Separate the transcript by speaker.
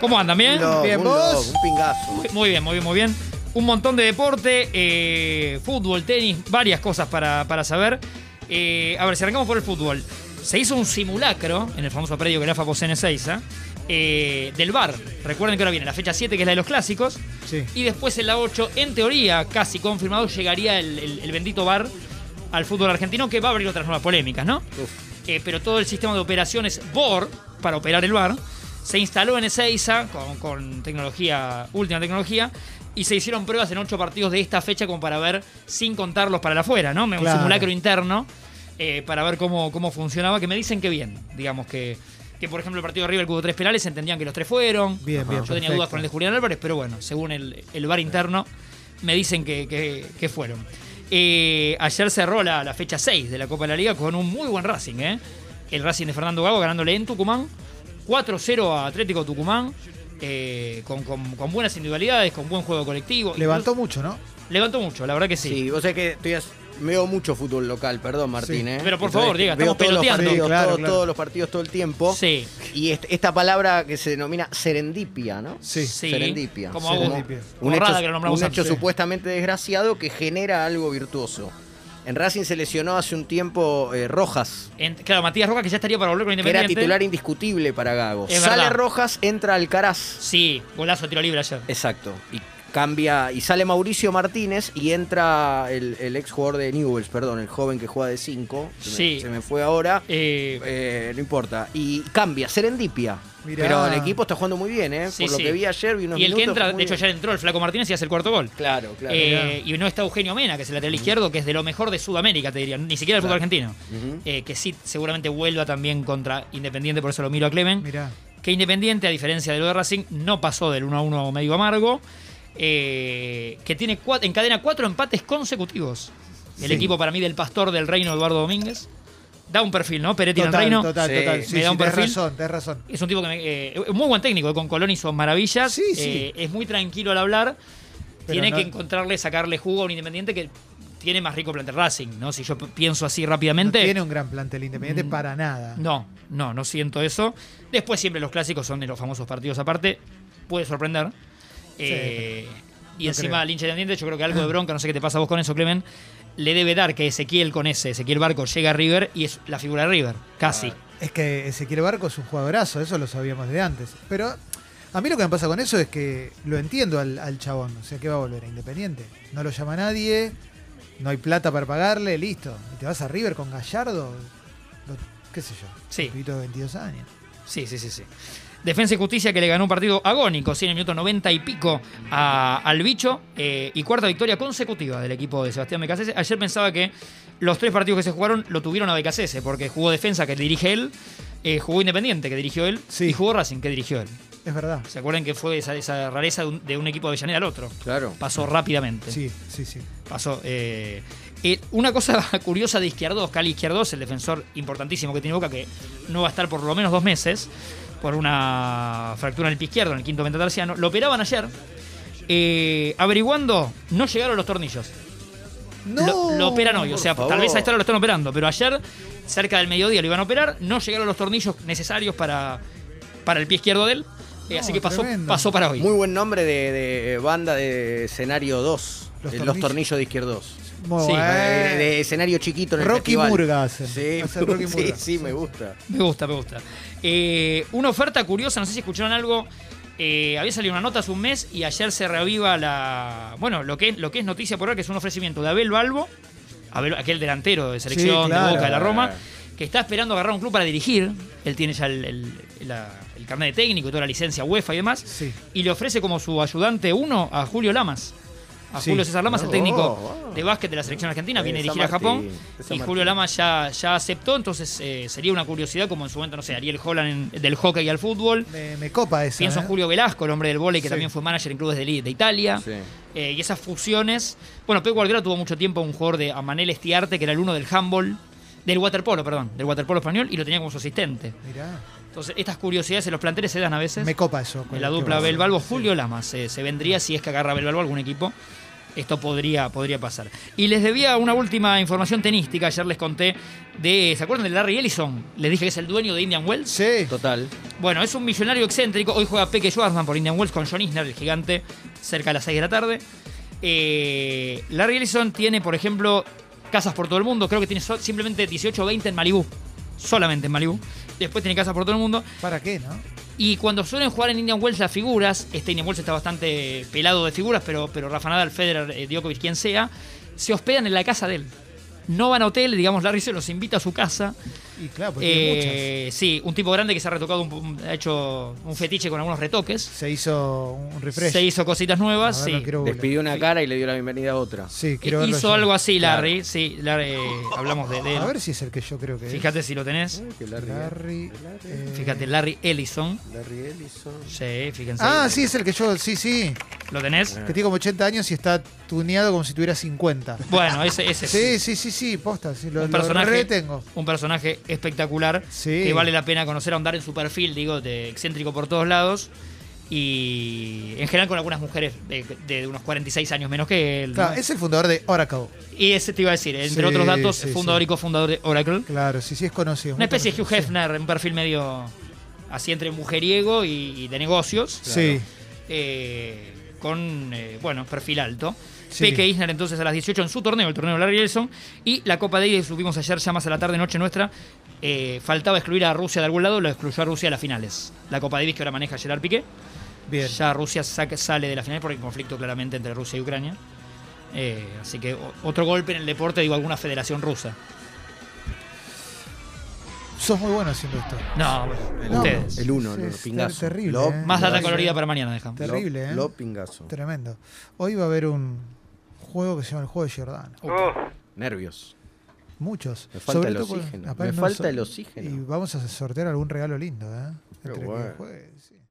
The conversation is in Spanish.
Speaker 1: ¿Cómo andan? ¿Bien?
Speaker 2: Un log,
Speaker 3: Bien,
Speaker 2: un
Speaker 3: ¿vos?
Speaker 2: log, un pingazo.
Speaker 1: Muy bien, muy bien, muy bien. Un montón de deporte, eh, fútbol, tenis, varias cosas para, para saber. Eh, a ver, si arrancamos por el fútbol. Se hizo un simulacro en el famoso predio que era Fapos en Ezeiza, eh, del bar. Recuerden que ahora viene la fecha 7, que es la de los clásicos.
Speaker 3: Sí.
Speaker 1: Y después en la 8, en teoría, casi confirmado, llegaría el, el- el bendito bar al fútbol argentino, que va a abrir otras nuevas polémicas, ¿no? Eh, pero todo el sistema de operaciones BOR, para operar el bar, se instaló en Ezeiza con, con tecnología, última tecnología, y se hicieron pruebas en ocho partidos de esta fecha como para ver, sin contarlos para la afuera, ¿no? Un
Speaker 3: Claro.
Speaker 1: simulacro interno eh, para ver cómo, cómo funcionaba, que me dicen que bien, digamos que... Que por ejemplo el partido de River que hubo tres penales, entendían que los tres fueron.
Speaker 3: Bien, bien,
Speaker 1: Yo tenía
Speaker 3: perfecto.
Speaker 1: dudas con el de Julián Álvarez, pero bueno, según el, el bar interno, me dicen que, que- que fueron. Eh, ayer cerró la, la fecha 6 de la Copa de la Liga con un muy buen Racing, ¿eh? El Racing de Fernando Gago ganándole en Tucumán, 4-0 a Atlético Tucumán, eh, con, con- con buenas individualidades, con buen juego colectivo.
Speaker 3: Levantó mucho, ¿no?
Speaker 1: Incluso- levantó mucho, la verdad que
Speaker 2: Sí.
Speaker 1: sí.
Speaker 2: vos sabés que estoy as- veo mucho fútbol local, perdón Martín,
Speaker 3: Sí.
Speaker 2: ¿eh?
Speaker 1: Pero por
Speaker 2: Entonces,
Speaker 1: favor, Diego,
Speaker 2: veo
Speaker 1: estamos
Speaker 2: todos los
Speaker 1: peloteando.
Speaker 2: partidos,
Speaker 3: Sí, claro,
Speaker 2: todos,
Speaker 3: claro.
Speaker 2: todos los partidos todo el tiempo.
Speaker 1: Sí.
Speaker 2: Y est- esta palabra que se denomina serendipia, ¿no?
Speaker 3: Sí.
Speaker 1: Sí.
Speaker 2: Serendipia.
Speaker 1: Como hago-
Speaker 3: Serendipia.
Speaker 2: Un
Speaker 1: borrada
Speaker 2: hecho,
Speaker 1: que lo nombramos
Speaker 2: un hecho
Speaker 1: antes.
Speaker 2: supuestamente desgraciado que genera algo virtuoso. En Racing se lesionó hace un tiempo eh, Rojas,
Speaker 1: En- claro, Matías Roca que ya estaría para volver con
Speaker 2: que era
Speaker 1: Independiente.
Speaker 2: titular indiscutible para Gago.
Speaker 1: Es
Speaker 2: Sale
Speaker 1: verdad.
Speaker 2: Rojas, entra Alcaraz.
Speaker 1: Sí, golazo tiro libre ayer.
Speaker 2: Exacto. Y cambia. Y sale Mauricio Martínez y entra el, el ex jugador de Newells, perdón, el joven que juega de 5.
Speaker 1: Sí.
Speaker 2: Se me fue ahora.
Speaker 1: Eh,
Speaker 2: Eh, no importa. Y cambia, Serendipia.
Speaker 3: Mirá.
Speaker 2: Pero el equipo está jugando muy bien, ¿eh?
Speaker 1: sí,
Speaker 2: Por lo
Speaker 1: sí.
Speaker 2: que vi ayer, vi unos
Speaker 1: Y el que
Speaker 2: minutos,
Speaker 1: entra,
Speaker 2: muy
Speaker 1: de hecho
Speaker 2: bien.
Speaker 1: ayer entró el Flaco Martínez y hace el cuarto gol.
Speaker 2: Claro, claro.
Speaker 1: Eh, y no está Eugenio Mena, que es el lateral izquierdo, que es de lo mejor de Sudamérica, te diría, ni siquiera del fútbol argentino.
Speaker 2: Ujú.
Speaker 1: Eh, que sí, seguramente vuelva también contra Independiente, por eso lo miro a Clemen.
Speaker 3: Mirá.
Speaker 1: Que Independiente, a diferencia de lo de Racing, no pasó del 1 a 1 medio amargo. eh, que tiene cua- encadena cuatro empates consecutivos. El
Speaker 3: Sí.
Speaker 1: equipo para mí del pastor del reino Eduardo Domínguez. Da un perfil, ¿no? Peretti en el
Speaker 3: Total,
Speaker 1: reino.
Speaker 3: total,
Speaker 2: Sí.
Speaker 3: total. Sí,
Speaker 1: Me da
Speaker 3: sí,
Speaker 1: un
Speaker 3: tenés
Speaker 1: perfil.
Speaker 3: razón, tenés razón.
Speaker 1: Es un tipo que me- eh, es muy buen técnico, que con Colón hizo maravillas.
Speaker 3: Sí, sí.
Speaker 1: Eh, es muy tranquilo al hablar.
Speaker 3: Pero
Speaker 1: tiene
Speaker 3: no-
Speaker 1: que encontrarle, sacarle jugo a un independiente que tiene más rico plantel Racing, ¿no? Si yo p- pienso así
Speaker 3: No
Speaker 1: rápidamente.
Speaker 3: tiene un gran plantel independiente
Speaker 1: Mm.
Speaker 3: para nada.
Speaker 1: No, no, no siento eso. Después siempre los clásicos son de los famosos partidos aparte. Puede sorprender. Eh, y
Speaker 3: no
Speaker 1: encima
Speaker 3: creo.
Speaker 1: al hincha independiente, yo creo que algo de bronca, no sé qué te pasa a vos con eso, Clemen, le debe dar que Ezequiel con ese, Ezequiel Barco llega a River y es la figura de River, casi.
Speaker 3: Es que Ezequiel Barco es un jugadorazo, eso lo sabíamos de antes. Pero a mí lo que me pasa con eso es que lo entiendo al, al chabón. O sea, que va a volver a Independiente. No lo llama nadie, no hay plata para pagarle, listo. Y te vas a River con Gallardo, lo- qué sé yo.
Speaker 1: Sí.
Speaker 3: Un pibito de 22 años.
Speaker 1: Sí, sí, sí, sí. Defensa y Justicia que le ganó un partido agónico, 100 minutos 90 y pico a- al bicho. eh, y cuarta victoria consecutiva del equipo de Sebastián Becasese. Ayer pensaba que los tres partidos que se jugaron lo tuvieron a Becasese, porque jugó defensa que dirige él, eh, jugó Independiente que dirigió él,
Speaker 3: Sí.
Speaker 1: y jugó Racing que dirigió él.
Speaker 3: Es verdad.
Speaker 1: ¿Se acuerdan que fue esa, esa rareza de un, de un equipo de Avellaneda al otro?
Speaker 2: Claro.
Speaker 1: Pasó rápidamente.
Speaker 3: Sí, sí, sí.
Speaker 1: Pasó. eh, eh, una cosa curiosa de Izquierdos, Cali Izquierdos, el defensor importantísimo que tiene Boca, que no va a estar por lo menos dos meses por una fractura en el pie izquierdo, en el quinto metatarsiano. Lo operaban ayer. eh, averiguando, no llegaron los tornillos.
Speaker 3: No.
Speaker 1: Lo, lo operan hoy, o
Speaker 2: por
Speaker 1: sea,
Speaker 2: favor.
Speaker 1: tal vez a esta hora lo están operando, pero ayer, cerca del mediodía, lo iban a operar. No llegaron los tornillos necesarios para, para el pie izquierdo de él. eh,
Speaker 3: No,
Speaker 1: así que pasó,
Speaker 3: tremendo.
Speaker 1: pasó para hoy.
Speaker 2: Muy buen nombre de, de banda de escenario 2. eh,
Speaker 3: Los
Speaker 2: Los,
Speaker 3: tornillos.
Speaker 2: tornillos de izquierdo 2.
Speaker 3: Muy
Speaker 1: Sí.
Speaker 3: bueno.
Speaker 2: De, de escenario chiquito en el
Speaker 3: Rocky
Speaker 2: festival.
Speaker 3: Murga hacen.
Speaker 2: Sí,
Speaker 3: Hacen Rocky
Speaker 2: sí,
Speaker 3: Murga.
Speaker 2: sí, me gusta.
Speaker 1: Me gusta, me gusta. Eh, una oferta curiosa, no sé si escucharon algo. eh, había salido una nota hace un mes y ayer se reaviva la. Bueno, lo que, es- lo que es noticia por ahora, que es un ofrecimiento de Abel Balbo, Abel- aquel delantero de selección
Speaker 3: Sí, claro.
Speaker 1: de Boca de la Roma, que está esperando agarrar un club para dirigir. Él tiene ya el, el- la- el carnet de técnico y toda la licencia UEFA y demás.
Speaker 3: Sí.
Speaker 1: Y le ofrece como su ayudante uno a Julio Lamas. A
Speaker 3: Sí.
Speaker 1: Julio César Lamas, el técnico
Speaker 2: Oh, oh.
Speaker 1: de básquet de la selección argentina,
Speaker 2: Eh,
Speaker 1: viene a
Speaker 2: San
Speaker 1: dirigir a Japón.
Speaker 2: Martín, San
Speaker 1: Y
Speaker 2: Martín.
Speaker 1: Julio Lama ya, ya aceptó, entonces eh, sería una curiosidad, como en su momento, no sé, Ariel Holland en- del hockey al fútbol.
Speaker 3: Me, me copa esa.
Speaker 1: Pienso en
Speaker 3: ¿eh?
Speaker 1: Julio Velasco, el hombre del vóley, que
Speaker 3: Sí.
Speaker 1: también fue manager en clubes de, li- de Italia.
Speaker 2: Sí.
Speaker 1: Eh, y esas fusiones. Bueno, Pep Guardiola tuvo mucho tiempo un jugador de Amanel Estiarte, que era el uno del handball, del waterpolo, perdón, del waterpolo español, y lo tenía como su asistente.
Speaker 3: Mirá.
Speaker 1: Entonces, estas curiosidades en los planteles se dan a veces.
Speaker 3: Me copa eso.
Speaker 1: En la
Speaker 3: Qué
Speaker 1: dupla
Speaker 3: bueno.
Speaker 1: Abel Balbo, Julio Lama se, se vendría si es que agarra Abel Balbo algún equipo. Esto podría, podría pasar. Y les debía una última información tenística. Ayer les conté de. ¿Se acuerdan de Larry Ellison? Les dije que es el dueño de Indian Wells.
Speaker 3: Sí.
Speaker 2: Total.
Speaker 1: Bueno, es un millonario excéntrico. Hoy juega Peque Schwarzman por Indian Wells con John Isner, el gigante, cerca de las 6 de la tarde. Eh, Larry Ellison tiene, por ejemplo, casas por todo el mundo. Creo que tiene so- simplemente 18 o 20 en Malibú. Solamente en Malibú. Después tiene casas por todo el mundo.
Speaker 3: ¿Para qué, no?
Speaker 1: Y cuando suelen jugar en Indian Wells las figuras, este Indian Wells está bastante pelado de figuras, pero, pero Rafa Nadal, Federer, eh, Djokovic, quien sea, se hospedan en la casa de él. No van a hotel, digamos, Larry se los invita a su casa.
Speaker 3: Y claro, porque tiene muchas.
Speaker 1: Eh, sí, un tipo grande que se ha retocado, un- un- ha hecho un fetiche con algunos retoques.
Speaker 3: Se hizo un refresh.
Speaker 1: Se hizo cositas nuevas,
Speaker 3: A ver,
Speaker 1: sí.
Speaker 3: no quiero googlear.
Speaker 2: Despidió una cara y le dio la bienvenida a otra.
Speaker 3: Sí, quiero verlo
Speaker 1: Eh, Hizo
Speaker 3: yo.
Speaker 1: algo así, Larry. Sí, Larry, eh, hablamos de, de él.
Speaker 3: A ver si es el que yo creo que
Speaker 1: Fíjate si lo tenés.
Speaker 2: Ay, qué
Speaker 3: es.
Speaker 2: Larry,
Speaker 3: Larry. eh,
Speaker 1: Fíjate, Larry Ellison.
Speaker 2: Larry Ellison.
Speaker 1: Sí, fíjense.
Speaker 3: Ah, sí, es el que yo. Sí, sí.
Speaker 1: ¿Lo tenés?
Speaker 3: Que tiene como 80 años y está tuneado como si tuviera 50.
Speaker 1: Bueno, ese, ese
Speaker 3: Sí, sí, sí, sí, posta. Sí, lo,
Speaker 1: Un
Speaker 3: lo
Speaker 1: personaje.
Speaker 3: retengo.
Speaker 1: un personaje espectacular
Speaker 3: Sí.
Speaker 1: que vale la pena conocer, ahondar en su perfil, digo, de excéntrico por todos lados. Y en general con algunas mujeres de, de unos 46 años menos que él. ¿no?
Speaker 3: Claro, es el fundador de Oracle.
Speaker 1: Y ese te iba a decir, entre
Speaker 3: Sí,
Speaker 1: otros datos,
Speaker 3: sí,
Speaker 1: fundador
Speaker 3: sí.
Speaker 1: y cofundador de Oracle.
Speaker 3: Claro, sí, sí, es conocido.
Speaker 1: Una
Speaker 3: muy
Speaker 1: especie de Hugh
Speaker 3: conocido, sí.
Speaker 1: Hefner, un perfil medio así entre mujeriego y, y de negocios.
Speaker 3: Sí.
Speaker 1: eh, con, eh, bueno, perfil alto.
Speaker 3: Sí.
Speaker 1: Peque Isner entonces a las 18 en su torneo, el torneo Larry Ellison. Y la Copa Davis que subimos ayer, ya más a la tarde, noche nuestra. eh, faltaba excluir a Rusia de algún lado, lo excluyó a Rusia a las finales. La Copa Davis que ahora maneja Gerard Piqué.
Speaker 3: Bien.
Speaker 1: Ya Rusia saca- sale de la final porque hay conflicto claramente entre Rusia y Ucrania. Eh, así que o- otro golpe en el deporte, digo, alguna federación rusa.
Speaker 3: Sos muy bueno haciendo esto.
Speaker 1: No,
Speaker 3: No,
Speaker 1: ustedes.
Speaker 2: El uno,
Speaker 3: Sí,
Speaker 2: no,
Speaker 3: es
Speaker 2: pingazo.
Speaker 3: terrible, eh.
Speaker 1: Más data
Speaker 3: Gracias.
Speaker 1: colorida para mañana, dejamos.
Speaker 3: Te- terrible,
Speaker 2: Lo-
Speaker 3: eh.
Speaker 2: Lo pingazo.
Speaker 3: Tremendo. Hoy va a haber un juego que se llama el juego de Giordano.
Speaker 1: Uh.
Speaker 2: Nervios.
Speaker 3: Muchos.
Speaker 2: Me falta el
Speaker 3: por-
Speaker 2: oxígeno.
Speaker 3: aparte
Speaker 2: Me
Speaker 3: no
Speaker 2: falta
Speaker 3: so-
Speaker 2: el oxígeno.
Speaker 3: Y vamos a sortear algún regalo lindo, ¿eh? Entre que
Speaker 2: bueno.
Speaker 3: juegue, sí.